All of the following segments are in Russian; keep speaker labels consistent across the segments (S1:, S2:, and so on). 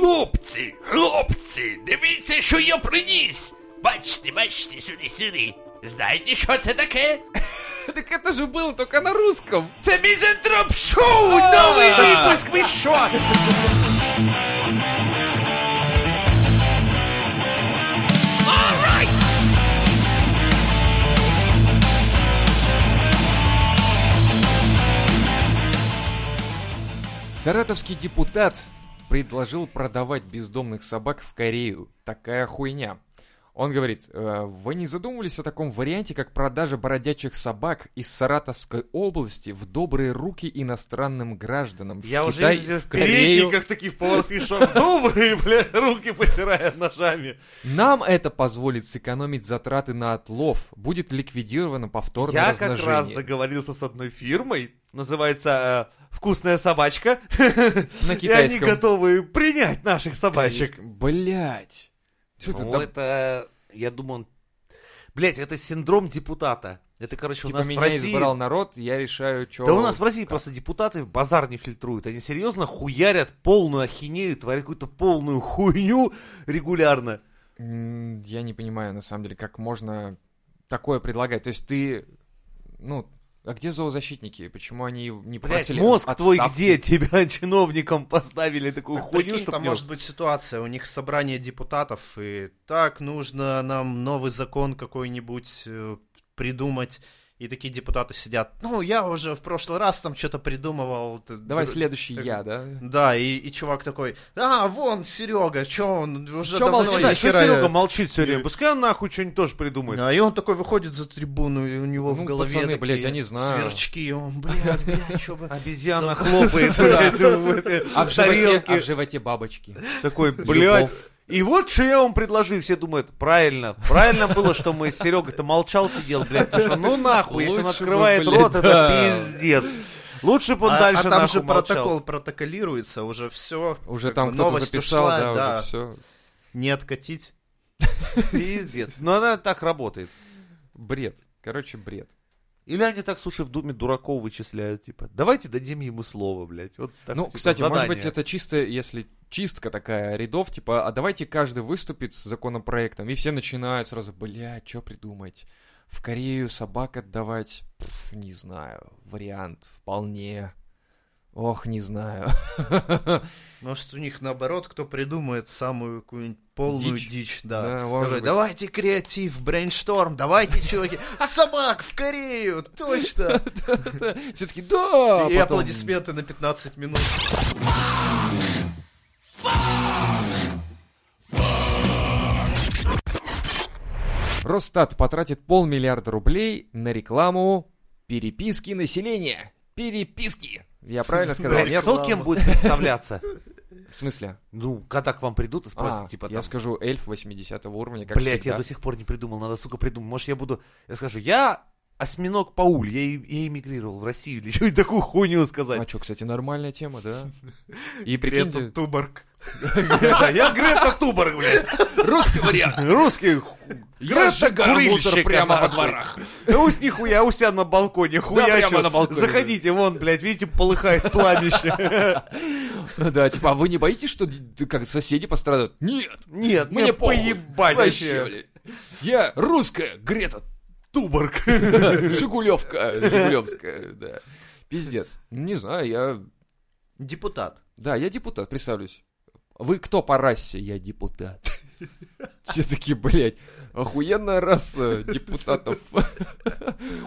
S1: Хлопці, хлопці, дивіться, що я приніс. Бачите, бачите, сюди, сюди. Знаєте, що це таке?
S2: Так это же было только на русском.
S1: Це мізантроп шоу!
S3: А!
S1: Новий випуск, ви що?
S2: Саратовский депутат предложил продавать бездомных собак в Корею. Такая хуйня. Он говорит, «Э, вы не задумывались о таком варианте, как продажа бородячих собак из Саратовской области в добрые руки иностранным гражданам? в
S3: Я уже
S2: Китай,
S3: видел в
S2: в Корею.
S3: передниках таких поварских шов добрые, бля, руки потирают ножами.
S2: Нам это позволит сэкономить затраты на отлов. Будет ликвидировано повторное
S3: Я как
S2: размножение.
S3: раз договорился с одной фирмой, называется э, «Вкусная собачка»,
S2: На
S3: и они
S2: китайском.
S3: готовы принять наших собачек.
S2: Блять. Что это
S3: Ну,
S2: там?
S3: это, я думаю, он... Блять, это синдром депутата. Это, короче, у
S2: Типа
S3: нас в
S2: меня
S3: России...
S2: избрал народ, я решаю, что...
S3: Да у нас в России просто депутаты в базар не фильтруют. Они серьезно хуярят полную ахинею, творят какую-то полную хуйню регулярно.
S2: М, Я не понимаю, на самом деле, как можно такое предлагать. То есть ты, ну, а где зоозащитники? Почему они не
S3: Блять,
S2: просили
S3: мозг твой
S2: Типа отставки?
S3: где? Тебя чиновником поставили такую
S4: Так
S3: хуйню,
S4: прикинь,
S3: Ну, чтоб
S4: там
S3: не
S4: может быть ситуация, у них собрание депутатов, и так нужно нам новый закон какой-нибудь э, придумать, и такие депутаты сидят, ну, я уже в прошлый раз там что-то придумывал. т-
S2: Давай
S4: др-
S2: следующий
S4: так-
S2: я, да?
S3: Э,
S4: Да, и, и чувак такой, а, вон Серега, чё он уже
S2: Чё
S4: давно
S2: молчит?
S4: я
S3: Да, что
S4: хера-
S3: Серега молчит все время?
S4: И-
S3: Пускай он нахуй что-нибудь тоже придумает.
S4: Да, и он такой выходит за трибуну, и у него в
S2: Ну,
S4: голове
S2: пацаны,
S4: такие
S2: блядь, я не знаю.
S4: сверчки, и он, блядь, блядь, чё бы...
S3: Обезьяна
S4: За-
S3: хлопает, блядь, в этой
S2: А в, животе, а в
S3: тарелке.
S2: животе бабочки.
S3: Такой, блядь.
S2: Любовь.
S3: И вот что я вам предложу, и все думают, правильно, правильно было, что мы с Серегой-то молчал, сидел, блядь, потому что ну нахуй, если он
S2: Лучше бы,
S3: открывает
S2: блядь,
S3: рот,
S2: да.
S3: это пиздец. Лучше бы он
S4: а,
S3: дальше
S4: а там
S3: нахуй
S4: же протокол
S3: молчал.
S4: протоколируется, уже все.
S2: Уже там кто-то записал, да, уже все.
S4: Не откатить.
S3: Пиздец. Ну она так работает.
S2: Бред. Короче, бред.
S3: Или они так, слушай, в Думе дураков вычисляют, типа, давайте дадим ему слово, блядь. Вот так,
S2: ну,
S3: типа,
S2: кстати, может быть,
S3: задание.
S2: это чисто, если чистка такая рядов, типа, а давайте каждый выступит с законопроектом, и все начинают сразу, блядь, что придумать? В Корею собак отдавать? Пф, не знаю, вариант вполне. Ох, не знаю.
S4: Может, у них наоборот, кто придумает самую какую-нибудь полную
S2: Дичь.
S4: дичь, да.
S2: Да, может
S4: Такой,
S2: быть.
S4: давайте креатив, брейншторм, давайте, чуваки, собак в Корею, точно.
S2: Все-таки да!
S4: И
S2: А потом-
S4: аплодисменты на 15 минут.
S2: Росстат потратит полмиллиарда рублей на рекламу переписки населения. Переписки! Я правильно сказал,
S3: Блядь,
S2: нет?
S3: кто кем будет представляться?
S2: В смысле?
S3: Ну, когда к вам придут и спросят,
S2: А,
S3: типа,
S2: я
S3: там,
S2: скажу, эльф 80 уровня, как
S3: блядь, я
S2: всегда.
S3: до сих пор не придумал, надо, сука, придумать. Может, я буду, я скажу, я осьминог Пауль, я, и- я эмигрировал в Россию, или что-нибудь такую хуйню
S2: А
S3: сказать.
S2: что, кстати, нормальная тема, да? И
S4: Грета
S2: прикиньте,
S4: Туборг.
S3: Да, а Я Грета Туборг, блядь,
S2: русский вариант.
S3: русский ху-
S2: Я сжигаю
S3: курильщика,
S2: мусор прямо во
S3: а нахуй.
S2: дворах.
S3: Да уж нихуя, у себя на балконе, хуя
S2: прямо на балконе,
S3: Заходите, вон, блядь, видите, полыхает пламище.
S2: Да, типа, а вы не боитесь, что д- как соседи пострадают? Нет,
S3: Нет,
S2: мне
S3: мне
S2: похуй.
S3: поебать
S2: вообще.
S3: вообще.
S2: блин. Я русская Грета
S3: Туборг.
S2: Жигулевка, Жигулевская, да. Пиздец. Не знаю, я...
S4: Депутат.
S2: Да, я депутат, представлюсь. Вы кто по расе? Я депутат. Все такие, блядь, охуенная раса депутатов.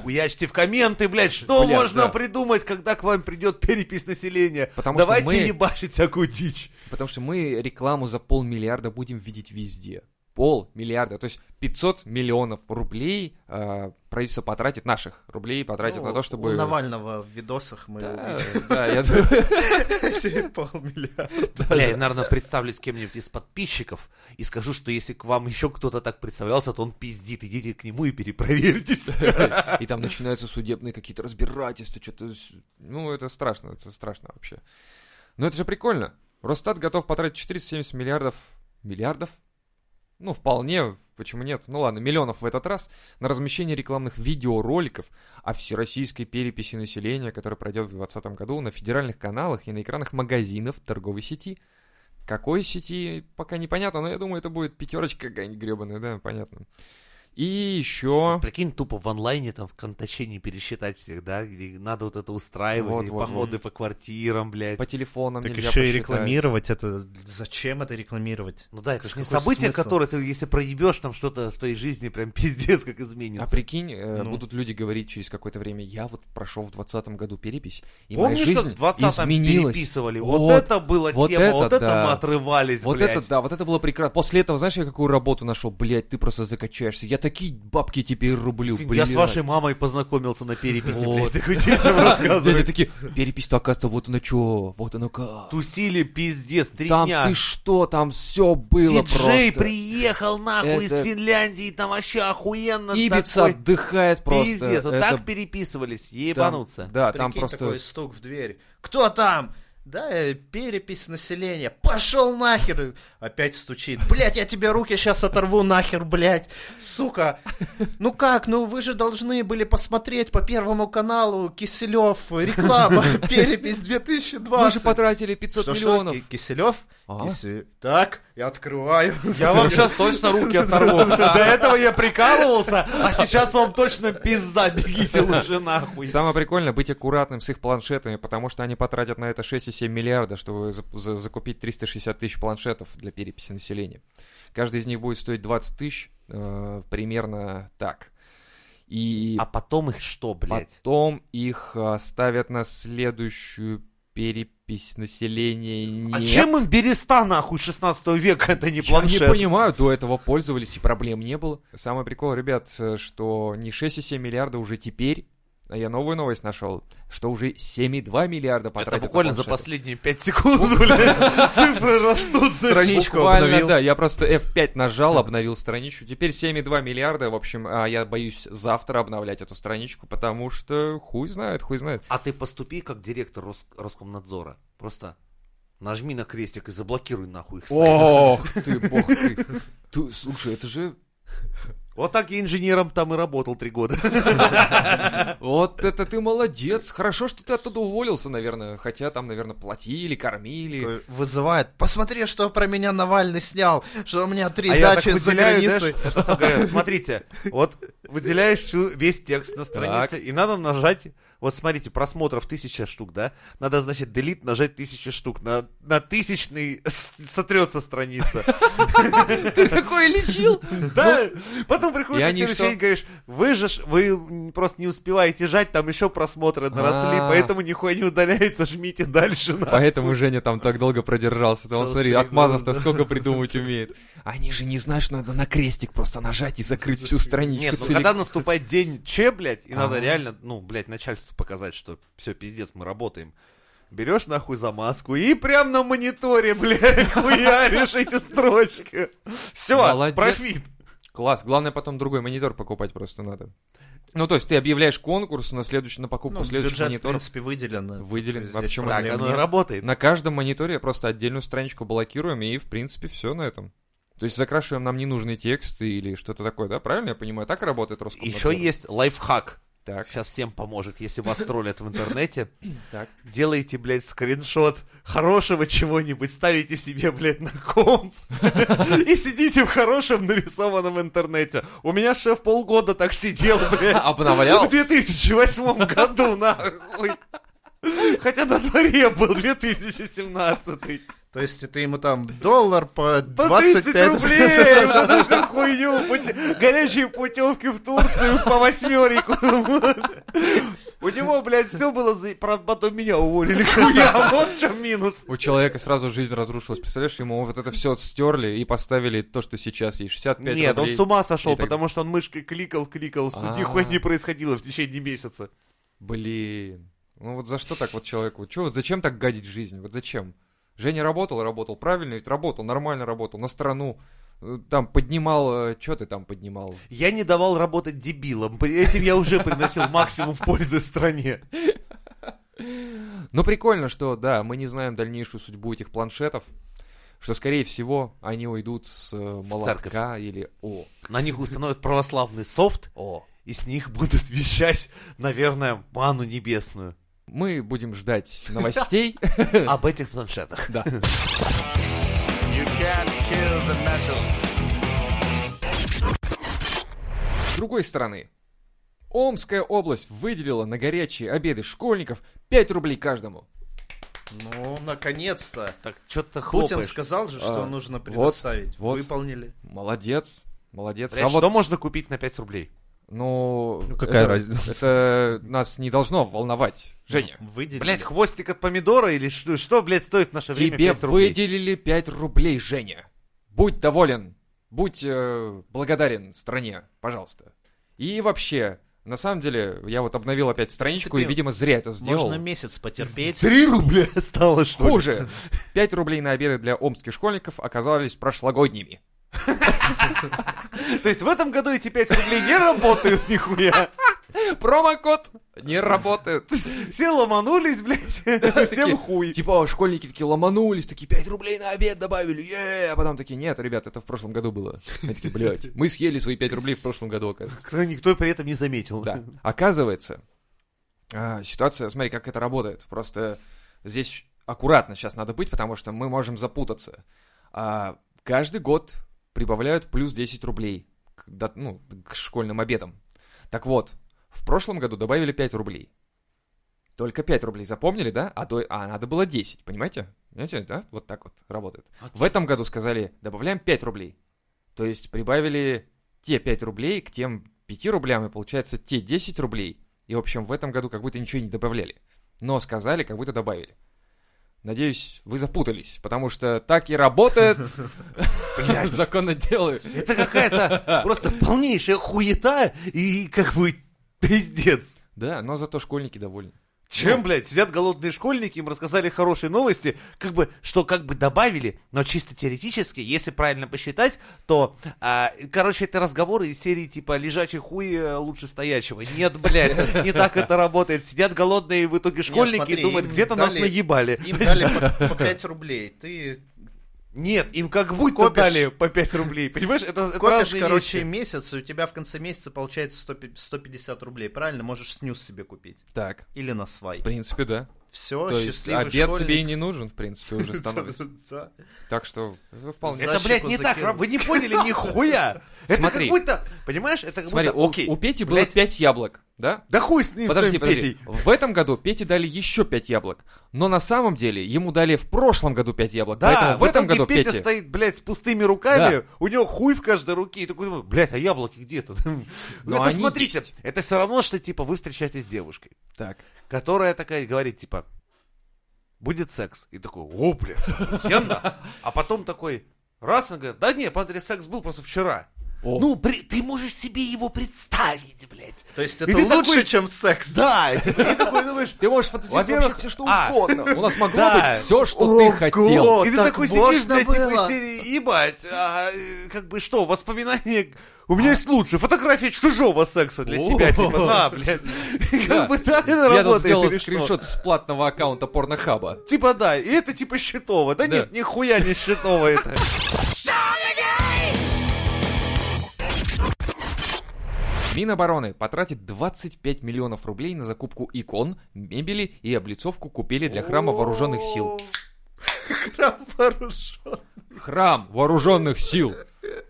S3: Хуячьте в комменты, блядь, что
S2: Блядь,
S3: можно
S2: да.
S3: придумать, когда к вам придет перепись населения?
S2: Потому что
S3: Давайте
S2: мы-
S3: ебашить всякую дичь.
S2: Потому что мы рекламу за полмиллиарда будем видеть везде. Полмиллиарда, то есть 500 миллионов рублей э, правительство потратит, наших рублей потратит
S4: Ну,
S2: на то, чтобы...
S4: У Навального в видосах мы
S2: Да,
S4: увидим
S2: да, я-
S4: эти полмиллиарда.
S3: Бля, я, наверное, представлюсь кем-нибудь из подписчиков и скажу, что если к вам еще кто-то так представлялся, то он пиздит. Идите к нему и перепроверьтесь.
S2: И там начинаются судебные какие-то разбирательства, что-то... с- Ну, это страшно, это страшно вообще. Но это же прикольно. Росстат готов потратить 470 миллиардов... Миллиардов? Ну, вполне, почему нет? Ну ладно, миллионов в этот раз на размещение рекламных видеороликов о всероссийской переписи населения, которая пройдет в 2020 году на федеральных каналах и на экранах магазинов торговой сети. Какой сети, пока непонятно, но я думаю, это будет пятерочка какая-нибудь гребаная, да, понятно. И еще...
S3: Прикинь, тупо в онлайне там в контаче не пересчитать всех, да? И надо вот это устраивать,
S2: Вот,
S3: и
S2: вот,
S3: походы
S4: вот.
S3: по квартирам, блядь.
S2: По телефонам
S4: Так
S2: нельзя
S4: еще и
S2: посчитать.
S4: рекламировать это. Зачем это рекламировать?
S3: Ну да, это же не
S4: Какой
S3: событие,
S4: смысл?
S3: которое ты, если проебешь, там что-то в твоей жизни прям пиздец как изменится.
S2: А прикинь, э,
S4: Ну.
S2: будут люди говорить через какое-то время, я вот прошел в 2020 году перепись, и
S3: Помнишь,
S2: моя жизнь
S3: как в 20-м
S2: изменилась.
S3: переписывали? Вот,
S2: Вот,
S3: это была
S2: вот
S3: тема,
S2: это
S3: вот это
S2: да.
S3: мы отрывались,
S2: Вот
S3: блядь.
S2: это да, вот это было прекрасно. После этого, знаешь, я какую работу нашел? Блядь, ты просто закачаешься. Я такие бабки теперь рублю,
S3: Блин,
S2: блядь.
S3: Я с вашей мамой познакомился на переписи,
S2: Вот.
S3: блядь, такой детям рассказываю.
S2: Дядя такие, перепись-то, оказывается, вот оно чё, вот оно как.
S3: Тусили, пиздец, три
S2: там
S3: дня.
S2: ты что, там все было
S3: Диджей
S2: просто.
S3: приехал нахуй из
S2: Это-
S3: Финляндии, там вообще охуенно
S2: Ибица
S3: такой.
S2: отдыхает просто.
S3: Пиздец, вот
S2: Это
S3: так переписывались,
S2: там-
S3: ебануться.
S2: Да, там
S4: Прикинь,
S2: просто...
S4: такой стук в дверь. Кто там? Да, э, перепись населения. Пошел нахер! Опять стучит. Блять, я тебе руки сейчас оторву нахер, блять. Сука. Ну как, ну вы же должны были посмотреть по первому каналу Киселев реклама. Перепись 2020.
S2: Мы же потратили 500
S4: Что, что,
S2: миллионов.
S4: Ки- Киселев?
S2: А?
S4: Кисе- Так, я открываю.
S3: Я вам сейчас точно руки оторву. До этого я прикалывался, а сейчас вам точно пизда, бегите лучше нахуй.
S2: Самое прикольное быть аккуратным с их планшетами, потому что они потратят на это 6,7 миллиарда, чтобы за- за- закупить 360 тысяч планшетов для переписи населения. Каждый из них будет стоить 20 тысяч, э, примерно так. И
S3: А потом их что, блядь?
S2: потом их э, ставят на следующую перепись населения.
S3: А
S2: Нет.
S3: чем им береста нахуй 16 века, это не планшет?
S2: Я не понимаю, до этого пользовались и проблем не было. Самый прикол, ребят, э, что не 6,7 миллиарда уже теперь, а я новую новость нашел, что уже 7,2 миллиарда потратят
S3: Это
S2: на
S3: буквально за
S2: планшеты.
S3: последние 5 секунд, блядь, цифры растут.
S4: страничку
S2: Буквально,
S4: обновил.
S2: да, я просто F5 нажал, обновил страничку. Теперь 7,2 миллиарда, в общем, а я боюсь завтра обновлять эту страничку, потому что хуй знает, хуй знает.
S3: А ты поступи как директор Рос- Роскомнадзора. Просто нажми на крестик и заблокируй нахуй их. сайт.
S2: Ох ты, бог ты. Ту- Слушай, это же...
S3: Вот так я инженером там и работал три года.
S2: Вот это ты молодец. Хорошо, что ты оттуда уволился, наверное. Хотя там, наверное, платили, кормили.
S4: Такой Вызывает. Посмотри, что про меня Навальный снял, что у меня три
S3: А я так
S4: дачи за
S3: выделяю,
S4: границей.
S3: знаешь, это самое говорю, смотрите, вот выделяешь всю- весь текст на странице, и надо нажать, вот смотрите, просмотров тысяча штук, да? Надо, значит, delete нажать тысячу штук, на, на тысячный с- сотрется страница.
S2: Ты такой лечил?
S3: Да, потом
S2: и
S3: приходишь на
S2: они
S3: следующий
S2: что?
S3: день, говоришь, вы же, ж- вы просто не успеваете жать, там еще просмотры наросли,
S2: А.
S3: поэтому нихуя не удаляется, жмите дальше. на.
S2: Поэтому Женя там так долго продержался. Да он,
S3: Целых
S2: смотри,
S3: три
S2: отмазов-то
S3: года.
S2: сколько придумать умеет. Они же не знают, что надо на крестик просто нажать и закрыть всю страничку
S3: Нет, ну
S2: целиком.
S3: когда наступает день че, блядь, и надо
S2: Ага.
S3: реально, ну, блядь, начальству показать, что все, пиздец, мы работаем. Берешь нахуй за маску и прям на мониторе, блядь, хуяришь эти строчки. Все,
S2: Молодец.
S3: профит.
S2: Класс. Главное потом другой монитор покупать просто надо. Ну, то есть ты объявляешь конкурс на, следующий, на покупку
S4: Ну,
S2: следующего
S4: бюджет, в
S2: монитора.
S4: принципе, выделен.
S2: Выделен.
S4: Здесь
S2: А почему
S3: Так,
S4: проблем
S3: оно и
S4: нет.
S3: работает.
S2: На каждом мониторе просто отдельную страничку блокируем, и, в принципе, все на этом. То есть закрашиваем нам ненужный текст или что-то такое, да? Правильно я понимаю? Так работает Роскомнадзор?
S3: Еще есть лайфхак.
S2: Так,
S3: Сейчас всем поможет, если вас троллят в интернете.
S2: так.
S3: Делаете, блядь, скриншот хорошего чего-нибудь, ставите себе, блядь, на комп и сидите в хорошем нарисованном интернете. У меня шеф полгода так сидел,
S2: А
S3: блядь.
S2: Обновлял?
S3: В 2008 году, нахуй. Хотя на дворе был 2017.
S4: То есть ты ему там доллар по
S3: По 30
S4: 25
S3: рублей, вот эту всю хуйню, пути- горячие путевки в Турцию по восьмерику. У него, блядь, все было, за... правда, потом меня уволили, хуя, вот в чем минус.
S2: У человека сразу жизнь разрушилась. Представляешь, ему вот это все отстерли и поставили то, что сейчас есть. 65
S3: Нет,
S2: рублей.
S3: он с ума сошел,
S2: И так-
S3: потому что он мышкой кликал, кликал,
S2: А.
S3: нихуя не происходило в течение месяца.
S2: Блин. Ну вот за что так вот человеку? Че, вот зачем так гадить жизнь? Вот зачем? Женя работал, работал. Правильно ведь работал, нормально работал, на страну. Э, Там поднимал... Че ты там поднимал?
S3: Я не давал работать дебилам, этим я уже приносил максимум пользы стране.
S2: Но прикольно, что, да, мы не знаем дальнейшую судьбу этих планшетов, что, скорее всего, они уйдут с э, молотка или О.
S3: На них установят православный софт,
S2: О.
S3: и с них будут вещать, наверное, ману небесную
S2: Мы будем ждать новостей.
S3: об этих планшетах.
S2: Да.
S1: этот начал.
S2: С другой стороны, Омская область выделила на горячие обеды школьников 5 рублей каждому.
S4: Ну, наконец-то.
S3: Так, что-то
S4: Путин
S3: хлопаешь.
S4: сказал же, что
S2: А,
S4: нужно
S2: вот,
S4: предоставить.
S2: вот.
S4: Выполнили.
S2: Молодец, молодец.
S3: Блядь,
S2: А
S3: что можно купить на 5 рублей?
S2: Ну,
S4: Ну, какая
S2: это-
S4: разница?
S2: Это нас не должно волновать, Женя.
S4: Выделили.
S3: Блять, хвостик от помидора или что, что блядь, стоит в наше время
S2: Тебе
S3: 5 рублей?
S2: выделили 5 рублей, Женя. Будь доволен, будь э, благодарен стране, пожалуйста. И вообще, на самом деле, я вот обновил опять страничку, и,
S4: принципе,
S2: видимо, зря это сделал.
S4: Можно месяц потерпеть.
S3: 3 рубля стало, что ли?
S2: Хуже. 5 рублей на обеды для омских школьников оказались прошлогодними.
S3: То есть в этом году эти 5 рублей не работают нихуя.
S2: Промокод не работает.
S3: Все ломанулись, блядь,
S2: Такие,
S3: всем хуй.
S2: Типа школьники такие ломанулись, такие 5 рублей на обед добавили, е а потом такие, нет, ребят, это в прошлом году было. Они такие, блядь, мы съели свои 5 рублей в прошлом году, оказывается.
S3: Кто- Никто при этом не заметил.
S2: Да. Оказывается, а, ситуация, смотри, как это работает. Просто здесь щ- аккуратно сейчас надо быть, потому что мы можем запутаться. А, Каждый год прибавляют плюс 10 рублей к, до- ну, к школьным обедам. Так вот, в прошлом году добавили 5 рублей. Только 5 рублей запомнили, да? А, до- а надо было 10, понимаете? Понимаете, да? Вот так вот работает. В этом году сказали, добавляем 5 рублей. То есть прибавили те 5 рублей к тем 5 рублям, и получается те 10 рублей. И, в общем, в этом году как будто ничего не добавляли. Но сказали, как будто добавили. Надеюсь, вы запутались, потому что так и работает законоделы.
S3: Это какая-то просто полнейшая хуета и как бы пиздец.
S2: Да, но зато школьники довольны.
S3: Чем, блядь, сидят голодные школьники, им рассказали хорошие новости, как бы, что как бы добавили, но чисто теоретически, если правильно посчитать, то, а, короче, это разговоры из серии типа «лежачий хуй э, лучше стоячего». Нет, блядь, не так это работает. Сидят голодные в итоге школьники
S4: смотри,
S3: и думают,
S4: им
S3: где-то нас
S4: дали-
S3: наебали.
S4: Им дали по, по 5 рублей. Ты
S3: Нет, им как будто
S4: Копишь.
S3: дали по 5 рублей, понимаешь? Это, это
S4: копишь,
S3: разные
S4: короче,
S3: вещи.
S4: месяц, и у тебя в конце месяца получается 100 пи- 150 рублей. Правильно? Можешь снюс себе купить.
S2: Так.
S4: Или на
S2: В
S4: свай.
S2: принципе, да.
S4: Все,
S2: То есть
S4: счастливый
S2: обед
S4: школьник.
S2: тебе и не нужен, в принципе, уже становится.
S4: Да.
S2: Так что э, вполне.
S3: Это, блядь,
S4: защеку
S3: не так,
S4: закинул.
S3: вы не поняли нихуя. Это как
S2: Смотри.
S3: будто, понимаешь, это как
S2: Смотри,
S3: будто,
S2: у,
S3: окей,
S2: у Пети было
S3: блядь.
S2: 5 яблок, да?
S3: да хуй с ним, с
S2: Подожди,
S3: твоим
S2: подожди.
S3: Петей.
S2: В этом году Пете дали еще 5 яблок. Но на самом деле ему дали в прошлом году 5 яблок.
S3: Да,
S2: поэтому в этом
S3: итоге
S2: году
S3: Петя
S2: Пете...
S3: стоит, блядь, с пустыми руками, у него хуй в каждой руке, и такой, думаю, блядь, а яблоки где-то?
S2: Но
S3: это
S2: они
S3: смотрите,
S2: есть.
S3: это все равно, что, типа, вы встречаетесь с девушкой,
S2: Так.
S3: которая такая говорит, типа, будет секс. И такой, о, блядь, охуенно. А потом такой, раз, она говорит, да не, смотри, секс был просто вчера.
S2: О.
S3: Ну, при- ты можешь себе его представить, блядь.
S4: То есть
S3: И
S4: это
S3: ты
S4: лучше,
S3: такой-
S4: чем секс.
S3: Да, и ты и такой думаешь,
S2: Ты можешь фантазировать
S3: Во-первых,
S2: вообще все, что
S3: а.
S2: угодно. У нас могло
S3: Да.
S2: быть все, что
S4: Ого.
S2: ты хотел.
S4: Вот
S3: и ты
S4: так
S3: такой сидишь,
S4: можно
S3: блядь, типа
S4: было.
S3: из серии, ебать, а, э, как бы что, воспоминания... У
S2: А.
S3: меня есть лучше фотография чужого секса для тебя, типа, на, блядь. И
S2: Да.
S3: Как бы так это
S2: Я тут
S3: работает
S2: сделал
S3: или что?
S2: скриншот с платного аккаунта порнохаба.
S3: Типа, да, и это типа щитово. Да
S2: Да.
S3: нет, нихуя не щитово это.
S2: Минобороны потратит 25 миллионов рублей на закупку икон, мебели и облицовку купили для храма вооруженных сил. Храм вооруженных сил.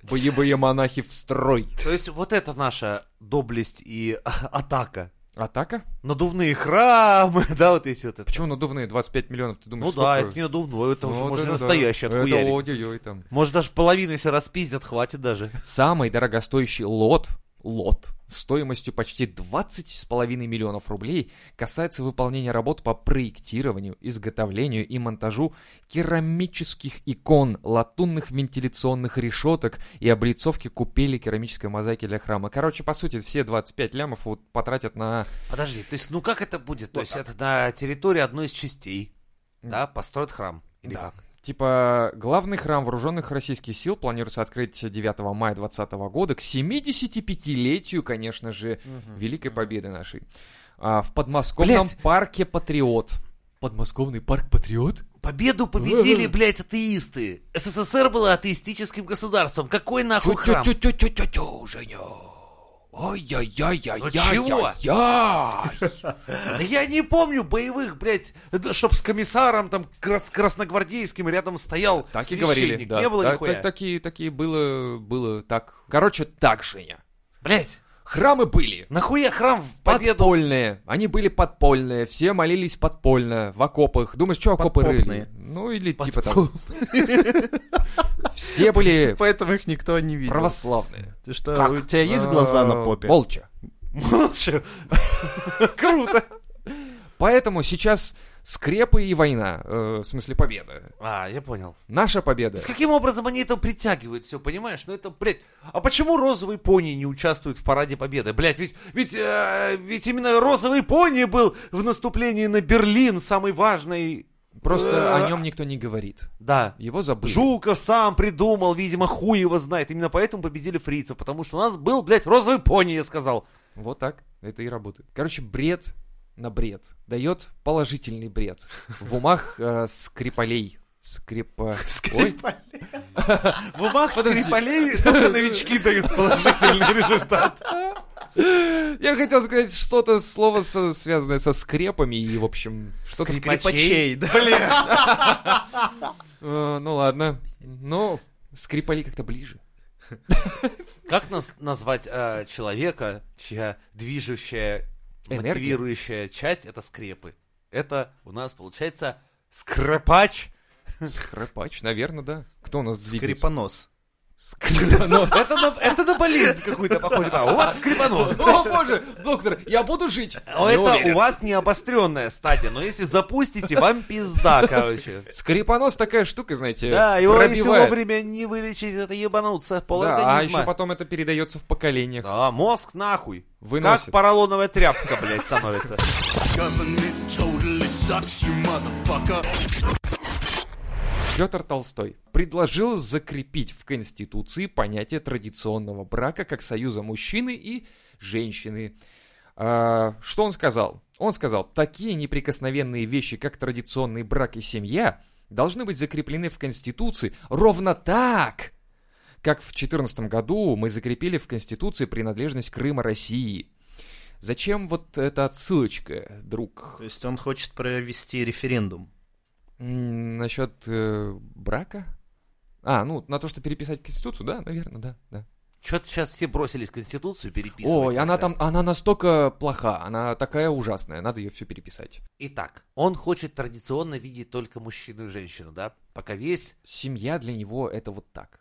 S2: Боевые монахи в строй.
S3: То есть вот это наша доблесть и а, атака.
S2: Атака?
S3: Надувные храмы, да, вот эти вот это.
S2: Почему надувные 25 миллионов, ты думаешь,
S3: Ну да, это
S2: сколько?
S3: не надувное, это
S2: Ну,
S3: уже
S2: вот
S3: можно
S2: это да.
S3: настоящий
S2: Это
S3: отхуярить.
S2: ой-ой-ой там.
S3: Может даже половину, если распиздят, хватит даже.
S2: Самый дорогостоящий лот, лот, стоимостью почти 20,5 миллионов рублей касается выполнения работ по проектированию, изготовлению и монтажу керамических икон, латунных вентиляционных решеток и облицовки купели керамической мозаики для храма. Короче, по сути, все 25 лямов вот потратят на...
S3: Подожди, то есть, ну как это будет? То есть это на территории одной из частей, да, построят храм? Или
S2: Да.
S3: как?
S2: Типа, главный храм вооруженных российских сил планируется открыть 9 мая 2020 года к 75-летию, конечно же, Великой Победы нашей. А, в подмосковном
S3: Блядь!
S2: парке Патриот. Подмосковный парк Патриот?
S3: Победу победили, блядь, атеисты. СССР было атеистическим государством. Какой нахуй храм?
S2: Тю-тю-тю-тю-тю, Женя. Ну Ой-яй-яй-яй-яй-яй.
S3: чего? Да я не помню боевых, блядь, это чтоб с комиссаром там крас- красногвардейским рядом стоял
S2: Так и
S3: священник.
S2: говорили. да.
S3: Не было
S2: Та-
S3: нихуя.
S2: та- Такие, такие было, было так. Короче, так, Женя.
S3: Блядь,
S2: Храмы были.
S3: нахуя храм в победу?
S2: Подпольные. Они были подпольные. Все молились подпольно, в окопах. Думаешь, что окопы
S4: Подпопные.
S2: рыли? Ну или типа того. Все были
S4: Поэтому их никто не видел.
S2: православные.
S4: Ты что,
S2: Как?
S4: А, у А, тебя есть глаза
S2: Э,
S4: на попе?
S2: Молча.
S3: Молча. Круто.
S2: Поэтому сейчас скрепы и война. э, В смысле, победа.
S3: А, я понял.
S2: Наша победа.
S3: С каким образом они это притягивают, все, понимаешь? Ну это, блядь, а почему розовый пони не участвует в параде победы? Блядь, ведь, ведь, э, ведь именно розовый пони был в наступлении на Берлин самый важный.
S4: Э.
S2: Просто о нем никто не говорит.
S3: Да.
S2: Его забыли.
S3: Жуков сам придумал, видимо, хуй его знает. Именно поэтому победили фрицев, потому что у нас был, блядь, розовый пони, я сказал.
S2: Вот так это и работает. Короче, бред на бред дает положительный бред в умах э, скрипалей. Скрипа... Ой,
S3: В умах
S2: Подожди.
S3: Скрипалей только новички дают положительный результат.
S2: я хотел сказать что-то, слово, со- связанное со скрепами и, в общем, что-то...
S4: Скрипачей, да.
S3: Бля.
S2: Э, ну ладно. Но скрипали как-то ближе.
S3: Как нас- назвать э, человека, чья движущая,
S2: Энергия.
S3: мотивирующая часть — это скрепы? Это у нас, получается, скрипач.
S2: Скрипач, наверное, да. Кто у нас двигается?
S4: Скрипонос.
S2: Скрипонос.
S3: Это на, это на болезнь какую-то похоже. А у вас скрипанос.
S2: О, боже, доктор, я буду жить.
S3: А
S2: Не
S3: Это
S2: уверен.
S3: у вас не обостренная стадия, но если запустите, вам пизда, короче.
S2: Скрипонос такая штука, знаете,
S3: Да, его если
S2: пробивает.
S3: вовремя не вылечить, это ебануться пол
S2: Да, а
S3: организма.
S2: еще потом это передается в поколениях.
S3: Да, мозг нахуй.
S2: Выносит.
S3: Как поролоновая тряпка, блядь, становится.
S5: Government totally sucks, you motherfucker.
S2: Петр Толстой предложил закрепить в Конституции понятие традиционного брака как союза мужчины и женщины. А, что он сказал? Он сказал, такие неприкосновенные вещи, как традиционный брак и семья, должны быть закреплены в Конституции ровно так, как в 2014 году мы закрепили в Конституции принадлежность Крыма России. Зачем вот эта отсылочка, друг?
S4: То есть он хочет провести референдум.
S2: М, Насчет э, брака? А, ну, на то, что переписать Конституцию, да, наверное, да, да.
S3: Че-то сейчас все бросились Конституцию переписывать.
S2: Ой, она
S3: как-то.
S2: там, она настолько плоха, она такая ужасная, надо ее все переписать.
S3: Итак, он хочет традиционно видеть только мужчину и женщину, да? Пока весь,
S2: Семья для него это вот так.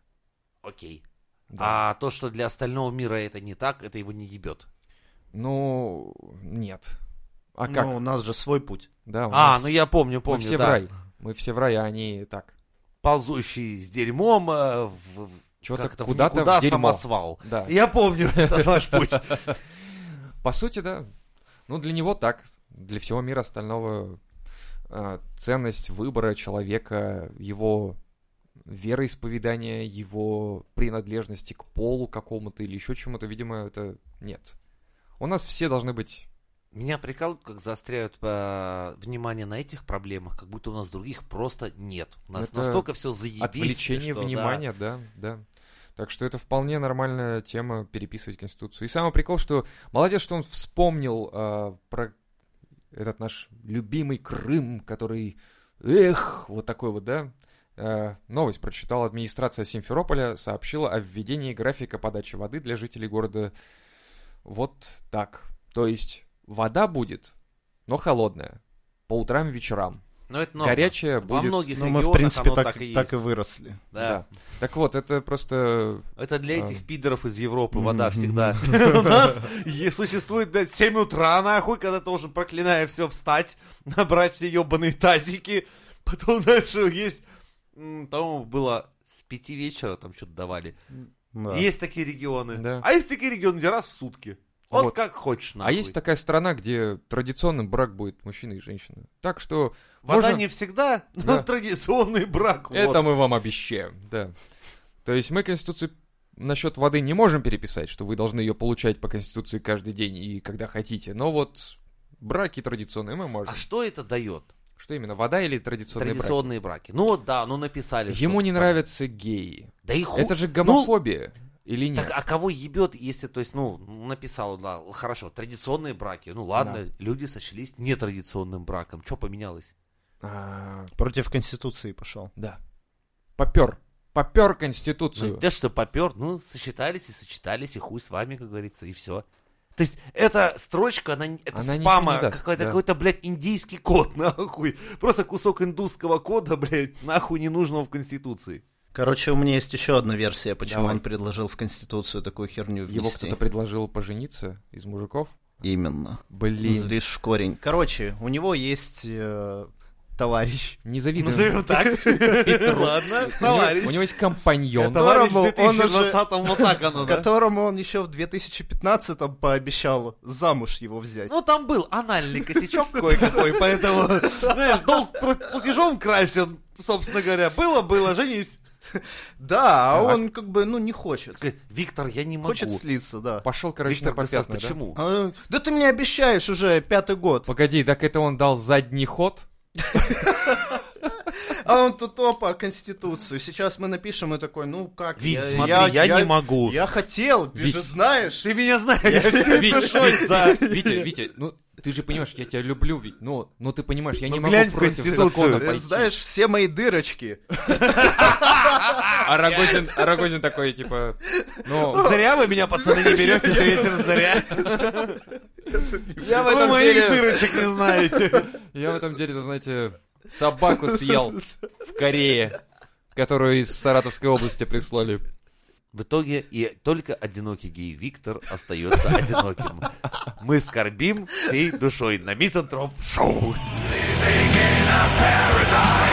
S3: окей.
S2: Да.
S3: А то, что для остального мира это не так, это его не ебет.
S2: Ну, нет. А
S4: Ну,
S2: как?
S4: у нас же свой путь.
S2: Да, у
S3: А,
S2: нас-
S3: ну я помню,
S2: мы
S3: помню,
S2: все
S3: да.
S2: в рай. Мы все в рай, а они так.
S3: Ползущий с дерьмом, э, в- в-
S2: Чё-то
S3: как-то в
S2: куда-то в
S3: никуда
S2: дерьмо.
S3: самосвал.
S2: Да.
S3: Я помню этот ваш путь.
S2: По сути, да. Ну, для него так. Для всего мира остального э, ценность выбора человека, его вероисповедания, его принадлежности к полу какому-то или еще чему-то, видимо, это нет. У нас все должны быть...
S3: Меня прикалывают, как заостряют э, внимание на этих проблемах, как будто у нас других просто нет. У нас
S2: Это
S3: настолько все заебись.
S2: Отвлечение
S3: что, да.
S2: внимания, да. да, Так что это вполне нормальная тема переписывать Конституцию. И самый прикол, что молодец, что он вспомнил э, про этот наш любимый Крым, который, эх, вот такой вот, да? Э, новость прочитала администрация Симферополя, сообщила о введении графика подачи воды для жителей города вот так. То есть вода будет, но холодная, по утрам и вечерам.
S3: Но это норма.
S2: Горячая
S3: Во
S2: будет... Ну,
S3: многих
S4: Но Ну, мы, в
S3: регионах
S4: принципе,
S3: оно
S4: так,
S3: так и
S4: так
S3: есть.
S4: и выросли.
S3: Да.
S2: Да. Так вот, это просто а
S3: Это для
S2: Да.
S3: этих пидоров из Европы вода
S4: Мгм.
S3: всегда. У нас е- существует, блядь, 7 утра, нахуй, когда ты должен, проклиная все, встать, набрать все ебаные тазики. Потом дальше есть... м, По-моему, было с 5 вечера там что-то давали.
S4: Да.
S3: Есть такие регионы.
S2: Да.
S3: А есть такие регионы, где раз в сутки. Вот,
S2: Вот.
S3: как хочешь,
S2: А
S3: нахуй.
S2: есть такая страна, где традиционным брак будет мужчина и женщина. Так что
S3: Вода
S2: можно-
S3: не всегда, но
S2: Да.
S3: традиционный брак.
S2: это
S3: вот.
S2: мы вам обещаем, да. То есть мы Конституцию насчет воды не можем переписать, что вы должны ее получать по Конституции каждый день и когда хотите. Но вот браки традиционные мы можем.
S3: А что это дает?
S2: Что именно, вода или традиционный брак?
S3: Традиционные браки. Ну вот да, ну написали.
S2: Ему
S3: что-то
S2: не
S3: там.
S2: нравятся геи.
S3: Да и хуй.
S2: Это же гомофобия. Или нет?
S3: Так, а кого ебет, если, то есть, ну, написал, да, хорошо, традиционные браки, ну ладно, люди сочлись нетрадиционным браком, что поменялось?
S2: А,
S4: Против Конституции пошел.
S2: да. Попер. Попер
S3: Ну,
S2: Конституцию.
S3: да что попер, ну, сочетались и сочетались, и хуй с вами, как говорится, и все. То есть, эта строчка, она, не- это
S2: Она ничего
S3: спама,
S2: не даст,
S3: какой-то,
S2: да.
S3: какой-то, блядь, индийский код, нахуй. Просто кусок индусского кода, блядь, нахуй ненужного в Конституции.
S4: Короче, у меня есть еще одна версия, почему
S2: Давай.
S4: он предложил в Конституцию такую херню внести.
S2: Его кто-то предложил пожениться из мужиков.
S4: Именно.
S2: Блин.
S4: Зришь в корень. Короче, у него есть э, товарищ.
S2: Незавидно.
S3: Назовем так. Ладно, товарищ.
S2: У него есть компаньон.
S4: Это-
S3: Товарищ в
S4: Здорово, он уже-
S3: 2020-м вот так оно, да?
S4: Которому он еще в 2015-м пообещал замуж его взять.
S3: Ну, там был анальный косячок кое-какой, поэтому, знаешь, долг пл- платежом красен, собственно говоря. Было, было, женись.
S4: да, а он как бы, ну, не хочет.
S3: Такой, Виктор, я не могу.
S4: Хочет слиться, да.
S2: Пошел, короче,
S3: Виктор,
S2: на
S3: говорит,
S2: попятную, да?
S3: почему?
S4: А, да ты мне обещаешь уже пятый год.
S2: Погоди, так это он дал задний ход?
S4: А он тут опа, Конституцию. Сейчас мы напишем и такой, ну как,
S3: Вить, смотри, я не могу.
S4: Я хотел, ты
S2: Вить.
S4: же знаешь.
S3: Ты меня знаешь, я
S2: Вить,
S3: тебе чешусь, да.
S2: Витя, Витя, ну ты же понимаешь, я тебя люблю, ведь, но, но ты понимаешь,
S4: Ну,
S2: я не могу
S3: Ну, глянь в
S2: против
S3: Конституцию,
S2: закона
S3: ты
S4: Ты
S2: пойти.
S4: знаешь все мои дырочки.
S2: А Рогозин, а Рогозин такой, типа, ну,
S3: Зря вы меня, пацаны, не берете ветер, зря.
S2: я в
S3: Вы
S2: этом
S3: моих
S2: деле,
S3: дырочек не знаете.
S2: я в этом деле, да, знаете, собаку съел в Корее, которую из Саратовской области прислали.
S3: В итоге и только одинокий гей Виктор остается одиноким. Мы скорбим всей душой на Мизантроп Шоу.
S5: Paradise.